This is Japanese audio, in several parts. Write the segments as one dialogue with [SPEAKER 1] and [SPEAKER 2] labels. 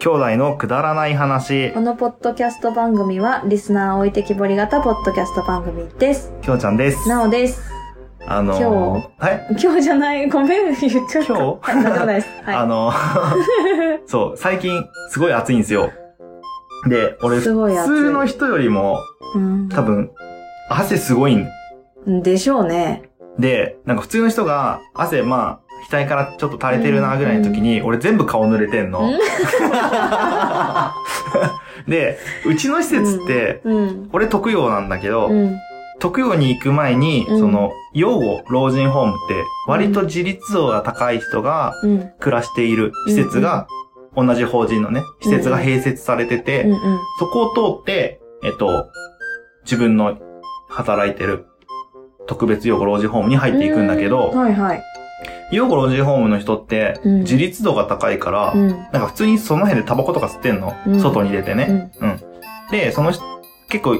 [SPEAKER 1] 兄弟のくだらない話
[SPEAKER 2] こ。のポッドキャスト番組は、リスナー置いてきぼり型ポッドキャスト番組です。
[SPEAKER 1] きょうちゃんです。
[SPEAKER 2] なおです。
[SPEAKER 1] あの
[SPEAKER 2] 今
[SPEAKER 1] ー、はい
[SPEAKER 2] 今日じゃない。ごめん、言っちゃった。
[SPEAKER 1] 今日
[SPEAKER 2] はい、なんでもな いです。
[SPEAKER 1] あ
[SPEAKER 2] は
[SPEAKER 1] のーそう、最近すごい暑いんですよ。で、俺、
[SPEAKER 2] す
[SPEAKER 1] 普
[SPEAKER 2] ごい暑い
[SPEAKER 1] 通の人よりも
[SPEAKER 2] い。うん
[SPEAKER 1] 多分、汗すごいん
[SPEAKER 2] でしょうね。
[SPEAKER 1] で、なんか普通の人が汗、まあ、額からちょっと垂れてるなぐらいの時に、俺全部顔濡れてんの。 で、うちの施設って、
[SPEAKER 2] うん。
[SPEAKER 1] 俺特養なんだけど、
[SPEAKER 2] うん。
[SPEAKER 1] 特養に行く前に、
[SPEAKER 2] うん
[SPEAKER 1] その、養護老人ホームって、割と自立度が高い人が
[SPEAKER 2] うん。うん。
[SPEAKER 1] 暮らしている施設が、同じ法人のね、施設が併設されてて、
[SPEAKER 2] うん。
[SPEAKER 1] そこを通って、えっと、自分の働いてる特別養護老人ホームに入っていくんだけど、
[SPEAKER 2] うはいはい。
[SPEAKER 1] 養護老人ホームの人って、
[SPEAKER 2] うん
[SPEAKER 1] 自立度が高いから、
[SPEAKER 2] うん。
[SPEAKER 1] なんか普通にその辺でタバコとか吸ってんの、
[SPEAKER 2] うん
[SPEAKER 1] 外に出てね。
[SPEAKER 2] うん。
[SPEAKER 1] で、その人、結構、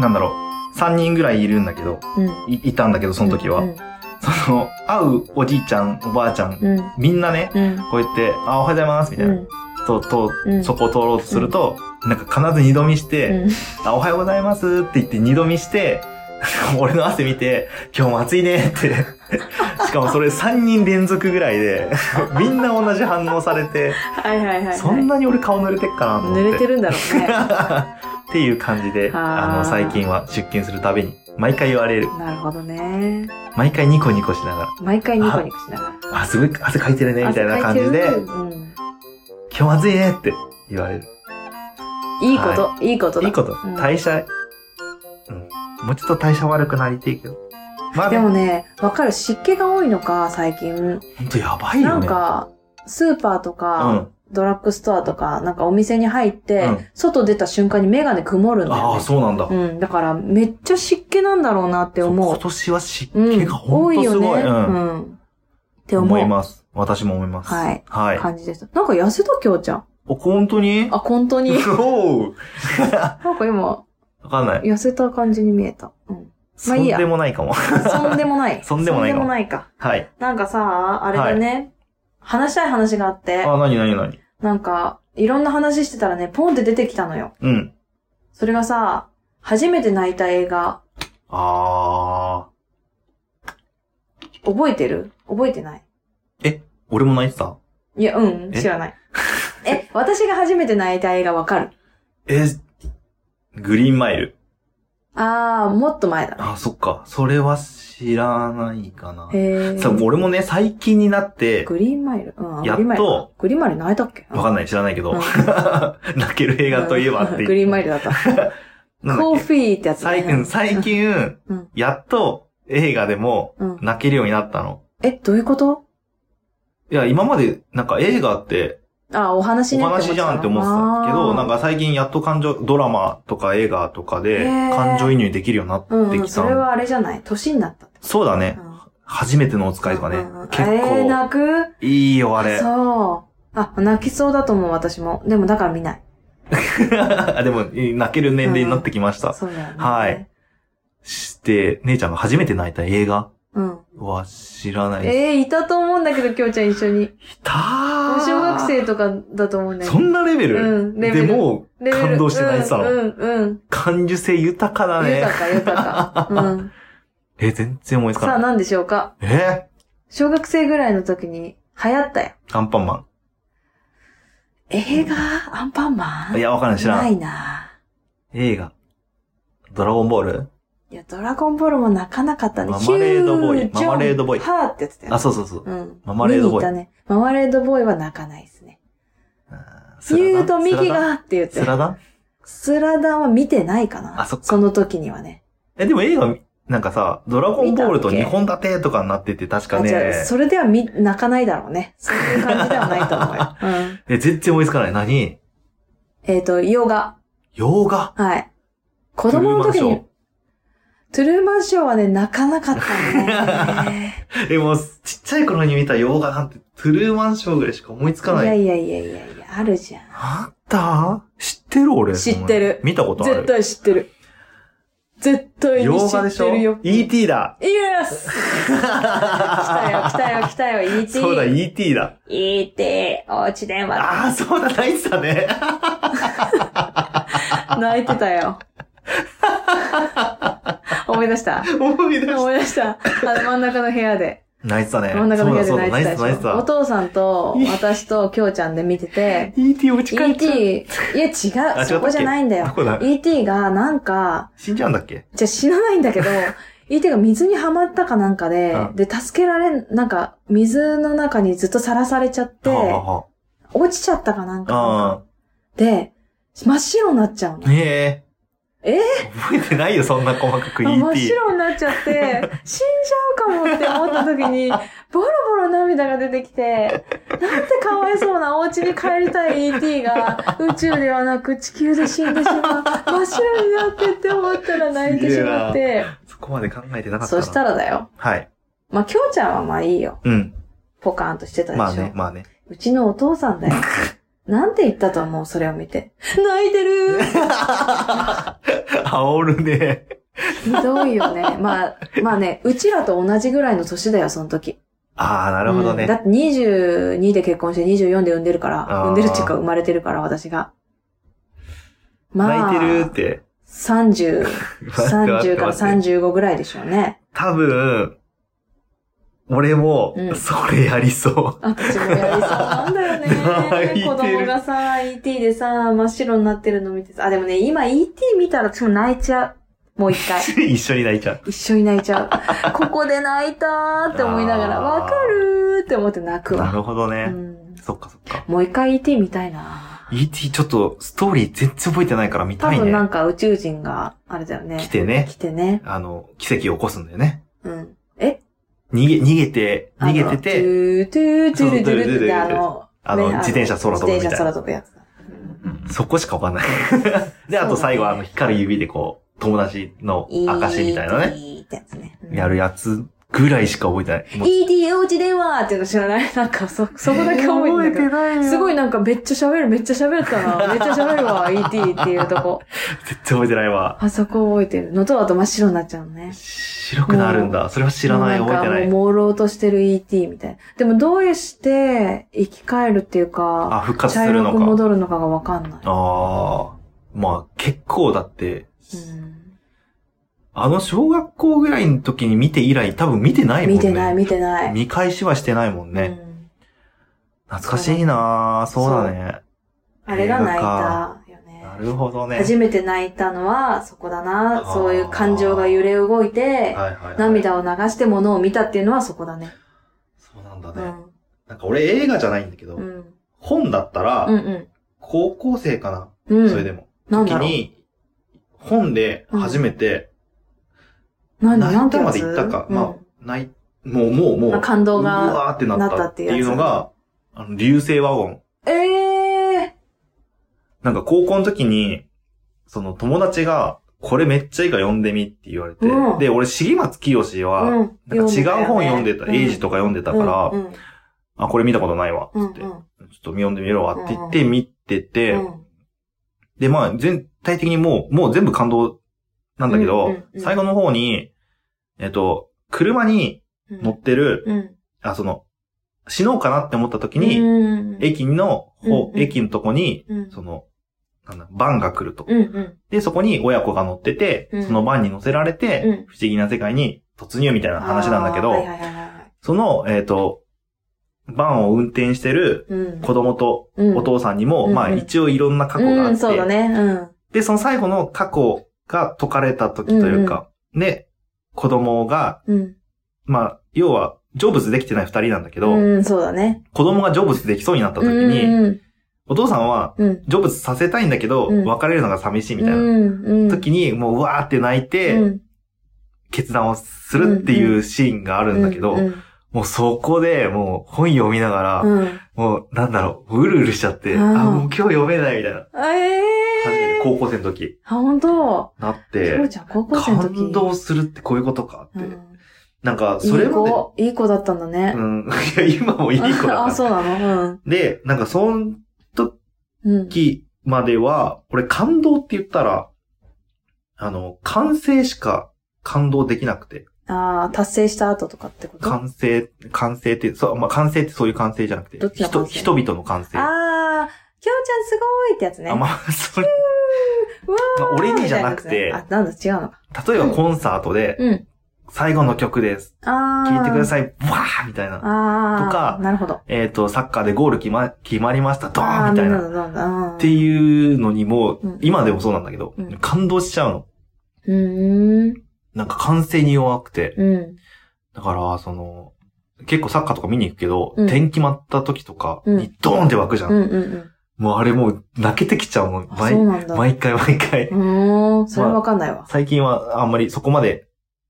[SPEAKER 1] なんだろう、3人ぐらいいるんだけど、
[SPEAKER 2] うん。
[SPEAKER 1] いいたんだけど、その時は。
[SPEAKER 2] うん。
[SPEAKER 1] その、会うおじいちゃん、おばあちゃん、
[SPEAKER 2] うん。
[SPEAKER 1] みんなね、
[SPEAKER 2] うん。
[SPEAKER 1] こうやって、あ、おはようございます、みたいな。
[SPEAKER 2] うん
[SPEAKER 1] と、と、
[SPEAKER 2] うん
[SPEAKER 1] そこを通ろうとすると、なんか必ず二度見して、
[SPEAKER 2] うん
[SPEAKER 1] あ、おはようございますって言って二度見して、 俺の汗見て、今日も暑いねって。 しかもそれ3人連続ぐらいで、 みんな同じ反応されて、
[SPEAKER 2] はいはいはいはい。
[SPEAKER 1] そんなに俺顔濡れてっかなと思って。
[SPEAKER 2] 濡れてるんだろうね。
[SPEAKER 1] っていう感じで、
[SPEAKER 2] はあ
[SPEAKER 1] あの、最近は出勤するたびに、毎回言われる。
[SPEAKER 2] なるほどね。
[SPEAKER 1] 毎回ニコニコしなが
[SPEAKER 2] 毎回ニコニコしなが
[SPEAKER 1] ら、あ、すごい汗かいてるね、
[SPEAKER 2] ら。
[SPEAKER 1] みたいな感じ
[SPEAKER 2] 汗
[SPEAKER 1] で
[SPEAKER 2] かい、てるうん
[SPEAKER 1] 今日も暑いねって言われる。
[SPEAKER 2] いいこと、いいことだ。
[SPEAKER 1] いいこと
[SPEAKER 2] うん。
[SPEAKER 1] 代謝、うん。もうちょっと代謝悪くなりてえけど。まあ
[SPEAKER 2] で
[SPEAKER 1] でも
[SPEAKER 2] も、ね、わかる。湿気が多いのか、最近。
[SPEAKER 1] ほんとやばいよ
[SPEAKER 2] な
[SPEAKER 1] ね。
[SPEAKER 2] んか、スーパーとか、ドラッグストアとか、なんかお店に入って、
[SPEAKER 1] うん
[SPEAKER 2] 外出た瞬間にメガネ曇る
[SPEAKER 1] うんん。
[SPEAKER 2] だよ、ね。
[SPEAKER 1] ああ、そうなんだ。
[SPEAKER 2] う。ん。だから、めっちゃ湿気なんだろうなって思
[SPEAKER 1] 今
[SPEAKER 2] う。
[SPEAKER 1] 年は湿
[SPEAKER 2] う
[SPEAKER 1] 気
[SPEAKER 2] ん。
[SPEAKER 1] がほ
[SPEAKER 2] 多
[SPEAKER 1] ん
[SPEAKER 2] い
[SPEAKER 1] と
[SPEAKER 2] よ
[SPEAKER 1] す
[SPEAKER 2] ね。
[SPEAKER 1] ごい。うん。
[SPEAKER 2] ん。って思
[SPEAKER 1] 思
[SPEAKER 2] う
[SPEAKER 1] います。私も思います。
[SPEAKER 2] はい。
[SPEAKER 1] はい。
[SPEAKER 2] 感じでした。なんか痩せた、きょうちゃん。
[SPEAKER 1] お、本当に
[SPEAKER 2] あ、本 当に。
[SPEAKER 1] おう
[SPEAKER 2] なんか今、
[SPEAKER 1] わかんない。
[SPEAKER 2] 痩せた感じに見えた。うん。ま
[SPEAKER 1] そ
[SPEAKER 2] あ
[SPEAKER 1] ん
[SPEAKER 2] いいや
[SPEAKER 1] でもないかも。
[SPEAKER 2] そんでもない。
[SPEAKER 1] そんでもないか
[SPEAKER 2] そ
[SPEAKER 1] も
[SPEAKER 2] んでもないか。
[SPEAKER 1] はい。
[SPEAKER 2] なんかさ、あれだね、話したい話があって、
[SPEAKER 1] あ、なになになに
[SPEAKER 2] なんか、いろんな話してたらね、ポンって出てきたのよ。
[SPEAKER 1] うん。
[SPEAKER 2] それがさ、初めて泣いた映画、
[SPEAKER 1] あー。
[SPEAKER 2] 覚えてる覚えてない
[SPEAKER 1] 俺も泣いてた
[SPEAKER 2] いや、うん、
[SPEAKER 1] え
[SPEAKER 2] 知らない。え、私が初めて泣いた映画わかる
[SPEAKER 1] え、グリーンマイル。
[SPEAKER 2] あー、もっと前だ。
[SPEAKER 1] あ、そっか。それは知らないかな。
[SPEAKER 2] へ
[SPEAKER 1] さ
[SPEAKER 2] ー。
[SPEAKER 1] 俺もね、最近になって、
[SPEAKER 2] グリーンマイル。うん、
[SPEAKER 1] やっと
[SPEAKER 2] グリーンマイルか。グリーンマイル泣いたっけ
[SPEAKER 1] わかんない、知らないけど、 泣ける映画といえばって。
[SPEAKER 2] グリーンマイ
[SPEAKER 1] ル。
[SPEAKER 2] ル だった。
[SPEAKER 1] なんだ
[SPEAKER 2] コー
[SPEAKER 1] っけ
[SPEAKER 2] フィーってやつだ
[SPEAKER 1] 最
[SPEAKER 2] ね、
[SPEAKER 1] 近、最近
[SPEAKER 2] うん、
[SPEAKER 1] やっと映画でも
[SPEAKER 2] うん。
[SPEAKER 1] 泣けるようになったの。
[SPEAKER 2] え、どういうこと
[SPEAKER 1] いや、今まで、なんか映画って、
[SPEAKER 2] あ、お話
[SPEAKER 1] お
[SPEAKER 2] ねって思っ
[SPEAKER 1] 話
[SPEAKER 2] てた。
[SPEAKER 1] じゃんって思ってたんだけど、なん
[SPEAKER 2] か、
[SPEAKER 1] か最近やっと感情、ドラマとか映画とかで、
[SPEAKER 2] へー
[SPEAKER 1] 感情移入できるようになってきた
[SPEAKER 2] うん
[SPEAKER 1] の。
[SPEAKER 2] うん、それはあれじゃない。年になったってこ
[SPEAKER 1] そうだね
[SPEAKER 2] と。。うん
[SPEAKER 1] 初めてのお使いとかね
[SPEAKER 2] うんうんうん。
[SPEAKER 1] 結
[SPEAKER 2] えー、
[SPEAKER 1] 構、
[SPEAKER 2] 泣く
[SPEAKER 1] いいよ、あれ。
[SPEAKER 2] そう。あ、泣きそうだと思う、私も。でも、だから見ない。
[SPEAKER 1] でも、泣ける年齢になってきました。
[SPEAKER 2] そうだよね。
[SPEAKER 1] はい。して、姉ちゃんが初めて泣いた映画
[SPEAKER 2] うん。
[SPEAKER 1] は知らないです。
[SPEAKER 2] えー、いたと思うんだけど、きょうちゃん一緒に。
[SPEAKER 1] いたー
[SPEAKER 2] 小学生とかだと思うんだよ
[SPEAKER 1] そ
[SPEAKER 2] ね。
[SPEAKER 1] んなレベル
[SPEAKER 2] うんレベル
[SPEAKER 1] でも、
[SPEAKER 2] レベル
[SPEAKER 1] 感動して泣いてたの
[SPEAKER 2] うん、うん、
[SPEAKER 1] 感受性豊か
[SPEAKER 2] う
[SPEAKER 1] だ
[SPEAKER 2] ん。
[SPEAKER 1] ね。
[SPEAKER 2] 豊か、豊 か。うん。
[SPEAKER 1] え、全然思いつか
[SPEAKER 2] さあ、
[SPEAKER 1] ない。
[SPEAKER 2] 何でしょうか
[SPEAKER 1] え
[SPEAKER 2] 小学生ぐらいの時に流行ったよ。
[SPEAKER 1] ーアンパンマ
[SPEAKER 2] 映画アンパンマン
[SPEAKER 1] ン。いや、わかんない、知ら。
[SPEAKER 2] なんいな
[SPEAKER 1] 映画。ドラゴンボール
[SPEAKER 2] いや、ドラゴンボールも泣かなかったね。
[SPEAKER 1] ママレードボーイ
[SPEAKER 2] ヒュジョン
[SPEAKER 1] ママレードボーイ
[SPEAKER 2] ハーってやつだよね
[SPEAKER 1] あ、そうそうそう。
[SPEAKER 2] うん。
[SPEAKER 1] ママレードボーイ
[SPEAKER 2] 見に行ったね。ママレードボーイは泣かないですね。
[SPEAKER 1] あースラダン
[SPEAKER 2] 言うと右
[SPEAKER 1] スラダン
[SPEAKER 2] がって言って
[SPEAKER 1] ス。ラダン
[SPEAKER 2] スラダンは見てないかな。
[SPEAKER 1] あそっか
[SPEAKER 2] の時にはね。
[SPEAKER 1] え、でも映画、なんかさ、ドラゴンボールと
[SPEAKER 2] 見たっけ
[SPEAKER 1] 日本立てとかになってて、確か
[SPEAKER 2] あ違う
[SPEAKER 1] ね。
[SPEAKER 2] それではみ泣かないだろうね。そういう感じではないと思 うよ。うん。
[SPEAKER 1] え、全然思いつかない。何
[SPEAKER 2] えっ、と、ヨガ。
[SPEAKER 1] 洋画
[SPEAKER 2] はい。子供の時に、トゥルーマンショーはね、泣かなかったね。
[SPEAKER 1] え、もう、ちっちゃい頃に見た洋画なんて、トゥルーマンショーぐらいしか思いつ
[SPEAKER 2] い
[SPEAKER 1] かな
[SPEAKER 2] や
[SPEAKER 1] い。
[SPEAKER 2] いやいやいやいや、あるじゃん。
[SPEAKER 1] あった知ってる俺。
[SPEAKER 2] 知ってる
[SPEAKER 1] そんなの見たことある。
[SPEAKER 2] 絶対知ってる。絶対に
[SPEAKER 1] 洋
[SPEAKER 2] 知
[SPEAKER 1] 画で
[SPEAKER 2] っ
[SPEAKER 1] しょ
[SPEAKER 2] てるよ。
[SPEAKER 1] ?ET だ。
[SPEAKER 2] イ エス来たよ、来たよ、来たよ、ET。
[SPEAKER 1] そうだ、ET だ。
[SPEAKER 2] ET、おうち電話。
[SPEAKER 1] ああ、そうだ、泣いてたね。
[SPEAKER 2] 泣いて たよ。思い出した。
[SPEAKER 1] 思い出した。
[SPEAKER 2] 思い出した。あの真ん中の部屋で。
[SPEAKER 1] 泣いてたね。
[SPEAKER 2] 真ん中の部屋で
[SPEAKER 1] そうだ、
[SPEAKER 2] 泣
[SPEAKER 1] そうだ、泣
[SPEAKER 2] い
[SPEAKER 1] いてた、泣い
[SPEAKER 2] て
[SPEAKER 1] て
[SPEAKER 2] た。お
[SPEAKER 1] た。
[SPEAKER 2] 父さんと私ときょうちゃんで見てて、
[SPEAKER 1] ET 落ち帰っちゃう。
[SPEAKER 2] ET、いや違う、そこじゃないんだ
[SPEAKER 1] ど
[SPEAKER 2] よ。
[SPEAKER 1] こだ
[SPEAKER 2] ET がなんか、
[SPEAKER 1] 死んじゃうんだっけ
[SPEAKER 2] じゃあ死なないんだけど、ET が水にはまったかなんかで、
[SPEAKER 1] うん
[SPEAKER 2] で、助けられん、なんか、水の中にずっとさらされちゃって、
[SPEAKER 1] はあは
[SPEAKER 2] 落ちちゃったかなん
[SPEAKER 1] あは
[SPEAKER 2] かで、真っ白になっちゃうの
[SPEAKER 1] あ。。ええ。
[SPEAKER 2] え
[SPEAKER 1] 覚えてないよ、そんな細かく ET。
[SPEAKER 2] 真っ白になっちゃ って、死んじゃうかもって思った時に、ボロボロ涙が出てきて、なんてかわいそうなお家に帰りたい ET が、宇宙ではなく地球で死んでしまう。真っ白になってって思ったら泣いてしまって、
[SPEAKER 1] そこまで考えてなかった
[SPEAKER 2] そ
[SPEAKER 1] な。
[SPEAKER 2] したらだよ。
[SPEAKER 1] はい。
[SPEAKER 2] まあ、きょうちゃんはまあいいよ。
[SPEAKER 1] うん。
[SPEAKER 2] ポカーンとしてたでしょ。
[SPEAKER 1] まあね、まあね。
[SPEAKER 2] うちのお父さん だよ。なんて言ったと思うそれを見て。泣いてる
[SPEAKER 1] 煽るね。
[SPEAKER 2] ひどいよね。まあ、まあね、うちらと同じぐらいの年だよ、その時。
[SPEAKER 1] ああ、なるほど
[SPEAKER 2] うんだ
[SPEAKER 1] ね。
[SPEAKER 2] って22で結婚して24で産んでるから、
[SPEAKER 1] あー
[SPEAKER 2] 産んでるっていうか生まれてるから、私が。まあ、
[SPEAKER 1] 泣いてるって。
[SPEAKER 2] 30、30から
[SPEAKER 1] 待って待って
[SPEAKER 2] 35ぐらいでしょうね。
[SPEAKER 1] 多分、俺も
[SPEAKER 2] う、ん
[SPEAKER 1] それやりそう。
[SPEAKER 2] 私もやりそうなんだよ
[SPEAKER 1] 泣いて
[SPEAKER 2] ね。
[SPEAKER 1] る
[SPEAKER 2] 子供がさ、ET でさ、真っ白になってるの見てさ、あ、でもね、今 ET 見たら私も泣いちゃう。も う一回。
[SPEAKER 1] 一緒に泣いちゃう。
[SPEAKER 2] 一緒に泣いちゃう。ここで泣いたーって思いながら、
[SPEAKER 1] あー
[SPEAKER 2] わかるーって思って泣く
[SPEAKER 1] な
[SPEAKER 2] わ。
[SPEAKER 1] るほど
[SPEAKER 2] う
[SPEAKER 1] ね。
[SPEAKER 2] ん、
[SPEAKER 1] そっかそっか。
[SPEAKER 2] もう一回 ET 見たいな
[SPEAKER 1] ET ちょっとストーリー全然覚えてないから見
[SPEAKER 2] 多
[SPEAKER 1] たい
[SPEAKER 2] 分な
[SPEAKER 1] ね。
[SPEAKER 2] んか宇宙人が、あれだよね。
[SPEAKER 1] 来てね
[SPEAKER 2] 来。てね。
[SPEAKER 1] あの、奇跡を起こすんだよね。
[SPEAKER 2] うん。え
[SPEAKER 1] 逃げ、逃げて、逃げて
[SPEAKER 2] あのト
[SPEAKER 1] て、
[SPEAKER 2] ゥートゥートゥルトゥルってあの、
[SPEAKER 1] あの、
[SPEAKER 2] ね
[SPEAKER 1] 自転車空飛ぶみ
[SPEAKER 2] 自
[SPEAKER 1] た
[SPEAKER 2] 転
[SPEAKER 1] いな。
[SPEAKER 2] 車空飛ぶやつだ。
[SPEAKER 1] そこしかわかんない。 で、あと最後、あの、光る指でこう、友達の証みたいなね。
[SPEAKER 2] いいってやつね。うん
[SPEAKER 1] やるやつぐらいしか覚えてない。もう
[SPEAKER 2] ED おうち電話っていうの知らないなんかそ、そこだけ覚えてるんだけど。
[SPEAKER 1] ない
[SPEAKER 2] すごい
[SPEAKER 1] な。
[SPEAKER 2] なんかめっちゃ喋る、めっちゃ喋ったな。めっちゃ喋るわ、ET っていうとこ。
[SPEAKER 1] 絶対覚えてないわ。
[SPEAKER 2] あそこ覚えてる。のと、あと真っ白になっちゃうのね。
[SPEAKER 1] 白くなるんだ。それは知らない、
[SPEAKER 2] もう
[SPEAKER 1] 覚え
[SPEAKER 2] ん
[SPEAKER 1] て
[SPEAKER 2] か
[SPEAKER 1] な
[SPEAKER 2] もう
[SPEAKER 1] い。
[SPEAKER 2] 朦朧としてる ET みたいな。でもどうして生き返るっていうか、
[SPEAKER 1] あ、復活す
[SPEAKER 2] 茶
[SPEAKER 1] る
[SPEAKER 2] 色
[SPEAKER 1] の
[SPEAKER 2] く
[SPEAKER 1] か。
[SPEAKER 2] 戻るのかがわかんない。
[SPEAKER 1] ああ。まあ、結構だって、
[SPEAKER 2] うん
[SPEAKER 1] あの小学校ぐらいの時に見て以来多分見てないもんね。
[SPEAKER 2] 見てない、見てない。
[SPEAKER 1] 見返しはしてないもん
[SPEAKER 2] う
[SPEAKER 1] ね。
[SPEAKER 2] ん
[SPEAKER 1] 懐かしいなあそうだね。
[SPEAKER 2] あれが泣い
[SPEAKER 1] 映
[SPEAKER 2] た
[SPEAKER 1] 画
[SPEAKER 2] よ
[SPEAKER 1] な
[SPEAKER 2] ね。
[SPEAKER 1] るほどね。
[SPEAKER 2] 初めて泣いたのはそこだな。
[SPEAKER 1] あー
[SPEAKER 2] そういう感情が揺れ動いて、
[SPEAKER 1] はいはいはい。
[SPEAKER 2] 涙を流して物を見たっていうのはそこだね。
[SPEAKER 1] そうなんだ
[SPEAKER 2] う
[SPEAKER 1] ね。
[SPEAKER 2] ん。
[SPEAKER 1] なんか俺映画じゃないんだけど
[SPEAKER 2] う、ん。
[SPEAKER 1] 本だったら
[SPEAKER 2] う、ん
[SPEAKER 1] 高校生かな
[SPEAKER 2] うん。うん。
[SPEAKER 1] それでも。
[SPEAKER 2] なん
[SPEAKER 1] 時
[SPEAKER 2] だろう。
[SPEAKER 1] に、本で初めて、
[SPEAKER 2] 何
[SPEAKER 1] 泣
[SPEAKER 2] 何
[SPEAKER 1] い
[SPEAKER 2] て
[SPEAKER 1] た
[SPEAKER 2] やつ
[SPEAKER 1] まで行ったか、ま
[SPEAKER 2] うん
[SPEAKER 1] あ、ない、もうもうも
[SPEAKER 2] まあ
[SPEAKER 1] う、
[SPEAKER 2] 感動
[SPEAKER 1] う
[SPEAKER 2] が。
[SPEAKER 1] わーってなったっていうの
[SPEAKER 2] な
[SPEAKER 1] が、あの、流星ワゴン。
[SPEAKER 2] ええ
[SPEAKER 1] なんか高校の時に、その友達が、これめっちゃいいから読んでみって言われて、
[SPEAKER 2] うん
[SPEAKER 1] で、俺、重松清
[SPEAKER 2] ー。
[SPEAKER 1] は、
[SPEAKER 2] ん
[SPEAKER 1] なんか違う本読んでた、エイジ
[SPEAKER 2] と
[SPEAKER 1] とか読んでたから、
[SPEAKER 2] うん。
[SPEAKER 1] あ、これ見たことないわ、
[SPEAKER 2] うん
[SPEAKER 1] つっ
[SPEAKER 2] う
[SPEAKER 1] て、ちょっ
[SPEAKER 2] ん。
[SPEAKER 1] と読んでみろわって言って見てて、
[SPEAKER 2] うん
[SPEAKER 1] で、まあ、全体的にもう、もう全部感動なんだけど、
[SPEAKER 2] うんうんうん
[SPEAKER 1] 最後の方に、えっと、車に
[SPEAKER 2] うん
[SPEAKER 1] 乗ってる、
[SPEAKER 2] うん。
[SPEAKER 1] あ、その、死のうかなって思った時に、
[SPEAKER 2] うん、
[SPEAKER 1] 駅の方、
[SPEAKER 2] うんうん
[SPEAKER 1] 駅のとこに、
[SPEAKER 2] うん、
[SPEAKER 1] その、なんだ、バンが来ると。
[SPEAKER 2] うんうん。
[SPEAKER 1] で、そこに親子が乗ってて、
[SPEAKER 2] うん
[SPEAKER 1] そのバンに乗せられて、
[SPEAKER 2] うん
[SPEAKER 1] 不思議な世界に突入みたいな話なんだけど、
[SPEAKER 2] あーはいはいはいはい
[SPEAKER 1] その、えっ、と、バンを運転してる
[SPEAKER 2] うん
[SPEAKER 1] 子供と
[SPEAKER 2] うん
[SPEAKER 1] お父さんにも、
[SPEAKER 2] うん
[SPEAKER 1] まあ
[SPEAKER 2] うん
[SPEAKER 1] 一応いろんな過去があって、
[SPEAKER 2] うん、そうだね。うん。
[SPEAKER 1] で、その最後の過去が解かれた時というか、で、子供が、
[SPEAKER 2] うん。
[SPEAKER 1] まあ、要は、成仏できてない二人なんだけど、
[SPEAKER 2] うん、そうだね。
[SPEAKER 1] 子供が成仏できそうになった時
[SPEAKER 2] うん
[SPEAKER 1] に、
[SPEAKER 2] うん
[SPEAKER 1] お父さんは
[SPEAKER 2] うん。
[SPEAKER 1] 成仏させたいんだけど、
[SPEAKER 2] うん
[SPEAKER 1] 別れるのが寂しいみ
[SPEAKER 2] う
[SPEAKER 1] たいな。
[SPEAKER 2] ん。うん。
[SPEAKER 1] 時に、もううわーって泣いて、
[SPEAKER 2] に、
[SPEAKER 1] 決断をするっていうシーンがあるんだけ
[SPEAKER 2] うん
[SPEAKER 1] ど、もうそこでもう本読みながら、
[SPEAKER 2] うん。うん
[SPEAKER 1] もうなんだろう、うるうるしちゃって、
[SPEAKER 2] う
[SPEAKER 1] あ、も
[SPEAKER 2] ん
[SPEAKER 1] う今日読めないみたいな。
[SPEAKER 2] あえ
[SPEAKER 1] 初め
[SPEAKER 2] え
[SPEAKER 1] て高校生の時、
[SPEAKER 2] あ、本当。
[SPEAKER 1] なっ
[SPEAKER 2] きょう
[SPEAKER 1] て、
[SPEAKER 2] ちゃん、高校生の時。
[SPEAKER 1] 感動するってこういうことか
[SPEAKER 2] う
[SPEAKER 1] って。
[SPEAKER 2] ん
[SPEAKER 1] なんか、
[SPEAKER 2] いい
[SPEAKER 1] それまで、
[SPEAKER 2] 子、いい子だったんだね
[SPEAKER 1] う。ん、 いや、今もいい子だか
[SPEAKER 2] あ、
[SPEAKER 1] ら。
[SPEAKER 2] そうなの
[SPEAKER 1] で、なんかその
[SPEAKER 2] うん。うん。
[SPEAKER 1] 時までは、俺感動って言ったら、あの、完成しか感動できなくて、
[SPEAKER 2] ああ、達成した後とかってことあ
[SPEAKER 1] 完成、完成って、そう、まあ、完成ってそういう完成じゃなくて、
[SPEAKER 2] どっちの完成
[SPEAKER 1] 人人々の完成。
[SPEAKER 2] あー、きょうちゃんすごいってやつね。
[SPEAKER 1] あ、まあ、 それ、
[SPEAKER 2] うわー
[SPEAKER 1] まあ俺にじゃなくて
[SPEAKER 2] みたいやつねあ、なんだ、違うのか。
[SPEAKER 1] 例えばコンサートで、
[SPEAKER 2] うん。
[SPEAKER 1] 最後の曲です。
[SPEAKER 2] あー。
[SPEAKER 1] 聴いてくだ
[SPEAKER 2] い。
[SPEAKER 1] さい。わーみたいな。
[SPEAKER 2] あー。
[SPEAKER 1] とか
[SPEAKER 2] なるほど。
[SPEAKER 1] えっ、と、サッカーでゴール決ま、決まりました。ドーンみたい
[SPEAKER 2] あー
[SPEAKER 1] な。
[SPEAKER 2] んだなんだなんだ。
[SPEAKER 1] って
[SPEAKER 2] う。
[SPEAKER 1] いうのにもう、
[SPEAKER 2] うん
[SPEAKER 1] 今でもそうなんだけど、
[SPEAKER 2] うん
[SPEAKER 1] 感動しちゃうの。
[SPEAKER 2] うーん。
[SPEAKER 1] なんか完成に弱くて。
[SPEAKER 2] うん。
[SPEAKER 1] だから、その、結構サッカーとか見に行くけど、
[SPEAKER 2] うん
[SPEAKER 1] 点決まった時とか
[SPEAKER 2] うん
[SPEAKER 1] にドーンって湧くじゃん。
[SPEAKER 2] うんうんうん。
[SPEAKER 1] もうあれもう泣けてきちゃうもん。
[SPEAKER 2] あ、
[SPEAKER 1] 毎
[SPEAKER 2] そうなんだ。う
[SPEAKER 1] 毎回毎回。
[SPEAKER 2] ーん。それはわかんないわ。
[SPEAKER 1] 最近はあんまりそこまで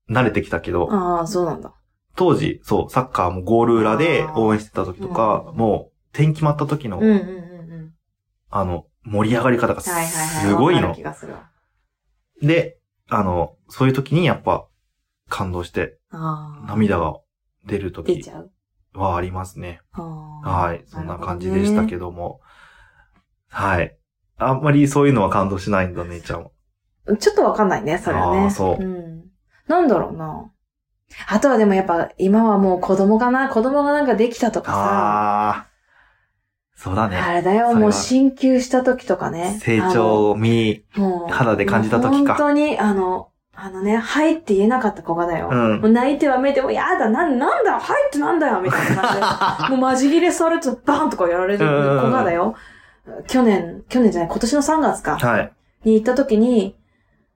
[SPEAKER 1] 慣れてきたけど、
[SPEAKER 2] ああ、そうなんだ。
[SPEAKER 1] 当時、そう、サッカーもゴール裏で
[SPEAKER 2] あー
[SPEAKER 1] 応援してた時とか、
[SPEAKER 2] うん
[SPEAKER 1] もう点決まった時の、
[SPEAKER 2] うんうんうんうん。
[SPEAKER 1] あの、盛り上がり方が
[SPEAKER 2] はいはいはい。
[SPEAKER 1] すごい
[SPEAKER 2] わかる
[SPEAKER 1] の
[SPEAKER 2] 気。がするわ
[SPEAKER 1] で、あの、そういう時にやっぱ感動して
[SPEAKER 2] ああ。
[SPEAKER 1] 涙が出る
[SPEAKER 2] 出
[SPEAKER 1] 時
[SPEAKER 2] ちゃう
[SPEAKER 1] はありますね。
[SPEAKER 2] ああ。
[SPEAKER 1] はい。そんな感じでしたけ
[SPEAKER 2] ど
[SPEAKER 1] ど
[SPEAKER 2] ね。
[SPEAKER 1] も。はい。あんまりそういうのは感動しないんだ、姉ちゃんは。
[SPEAKER 2] ちょっとわかんないね、それはね。
[SPEAKER 1] あーそう
[SPEAKER 2] うん。なんだろうな。あとはでもやっぱ、今はもう子供かな子供がなんかできたとかさ。
[SPEAKER 1] ああ。そうだ
[SPEAKER 2] あ
[SPEAKER 1] ね。
[SPEAKER 2] れだよ、
[SPEAKER 1] それは
[SPEAKER 2] もう進級した時とかね。
[SPEAKER 1] 成長を見、
[SPEAKER 2] あの。もう。
[SPEAKER 1] 肌で感じた時か
[SPEAKER 2] もう本当に、あの、あのね、はいって言えなかった子がだよ。
[SPEAKER 1] うん
[SPEAKER 2] もう泣いては目でも、やだ、なん、なんだよ、はいってなんだよ、みたいな感じで。 もうマジ切れされてバーンとかやられる子がだよ。去年、去年じゃない、今年の3月か。
[SPEAKER 1] はい。
[SPEAKER 2] に行った時に、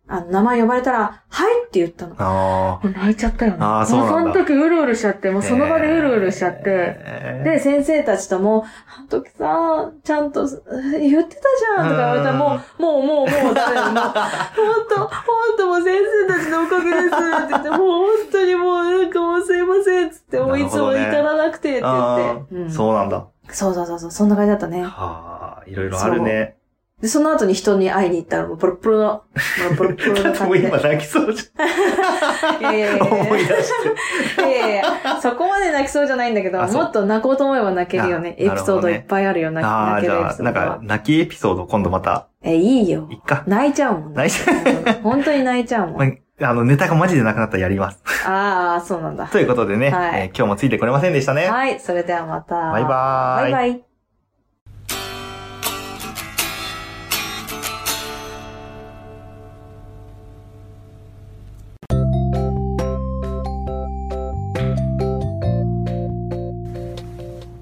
[SPEAKER 2] あの、名前呼ばれたら、はいって言ったの。も
[SPEAKER 1] あ
[SPEAKER 2] う泣いちゃったよね。
[SPEAKER 1] あーそうなんだ
[SPEAKER 2] もうその時うるうるしちゃって、も
[SPEAKER 1] あ。
[SPEAKER 2] うその場でうるうるしちゃって。
[SPEAKER 1] て
[SPEAKER 2] で、先生たちとも、あの時さ、ちゃんとえ言ってたじゃんとか言われたら、もう、もう、もう、もう、ダメだよもう本当、本当もう先生たちのおかげですって言って、もう本当にもうなんかもうすいませんっつって、もういつも至らなくてって言
[SPEAKER 1] あ
[SPEAKER 2] って。う
[SPEAKER 1] ー
[SPEAKER 2] ん
[SPEAKER 1] そうなんだ。
[SPEAKER 2] そうそうそうそう、そんな感じだったね。
[SPEAKER 1] はあ、いろいろあるね。
[SPEAKER 2] で、その後に人に会いに行ったら、もうポロポロの、ポロポロ
[SPEAKER 1] だ
[SPEAKER 2] の
[SPEAKER 1] って
[SPEAKER 2] 感
[SPEAKER 1] もう
[SPEAKER 2] じで。
[SPEAKER 1] 今泣きそうじ
[SPEAKER 2] いやいや
[SPEAKER 1] ゃ
[SPEAKER 2] い
[SPEAKER 1] ん。思い
[SPEAKER 2] や
[SPEAKER 1] 出して。
[SPEAKER 2] いやいやいやそこまで泣きそうじゃないんだけど、
[SPEAKER 1] あそう
[SPEAKER 2] もっと泣こうと思えば泣けるよね。
[SPEAKER 1] あ
[SPEAKER 2] エ
[SPEAKER 1] な
[SPEAKER 2] ピ
[SPEAKER 1] るほ
[SPEAKER 2] ソー
[SPEAKER 1] ど
[SPEAKER 2] ド
[SPEAKER 1] ね
[SPEAKER 2] いっぱいあるよ、泣
[SPEAKER 1] ああ、
[SPEAKER 2] 泣け
[SPEAKER 1] じ
[SPEAKER 2] るエ
[SPEAKER 1] ゃ
[SPEAKER 2] ピ
[SPEAKER 1] あ、
[SPEAKER 2] ソ
[SPEAKER 1] な
[SPEAKER 2] ー
[SPEAKER 1] ん
[SPEAKER 2] ド
[SPEAKER 1] か
[SPEAKER 2] は。、
[SPEAKER 1] 泣きエピソード今度また、
[SPEAKER 2] え、いいよ
[SPEAKER 1] い。っか。
[SPEAKER 2] 泣いちゃうもん。
[SPEAKER 1] 泣いち
[SPEAKER 2] ゃう。本当に泣いちゃう も
[SPEAKER 1] ま
[SPEAKER 2] ん。
[SPEAKER 1] ああの、ネタがマジでなくなったらやります。
[SPEAKER 2] ああ、そうなんだ。
[SPEAKER 1] ということでね、
[SPEAKER 2] はい
[SPEAKER 1] えー今日もついてこれませんでしたね。
[SPEAKER 2] はい、それではまた。
[SPEAKER 1] バイバーイ
[SPEAKER 2] バイバイ。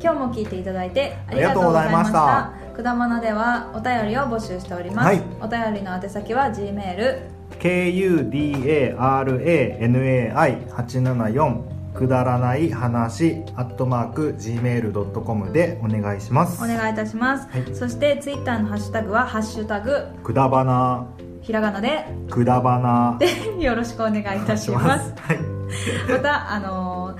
[SPEAKER 2] 今日も聞いていただいてありがとうございました
[SPEAKER 1] あ
[SPEAKER 2] くだまなではお便りを募集しております、
[SPEAKER 1] はい
[SPEAKER 2] お便りの宛先は G メール
[SPEAKER 1] kudaranai874 くだらない話アットマーク gmail.com でお願いしま
[SPEAKER 2] お願いいたします、
[SPEAKER 1] はい
[SPEAKER 2] そしてツイッターのハッシュタグは「ハッシュタグ
[SPEAKER 1] くだばな、
[SPEAKER 2] ひらがな で
[SPEAKER 1] くだばな。
[SPEAKER 2] よろしくお願いいたします。また、あのー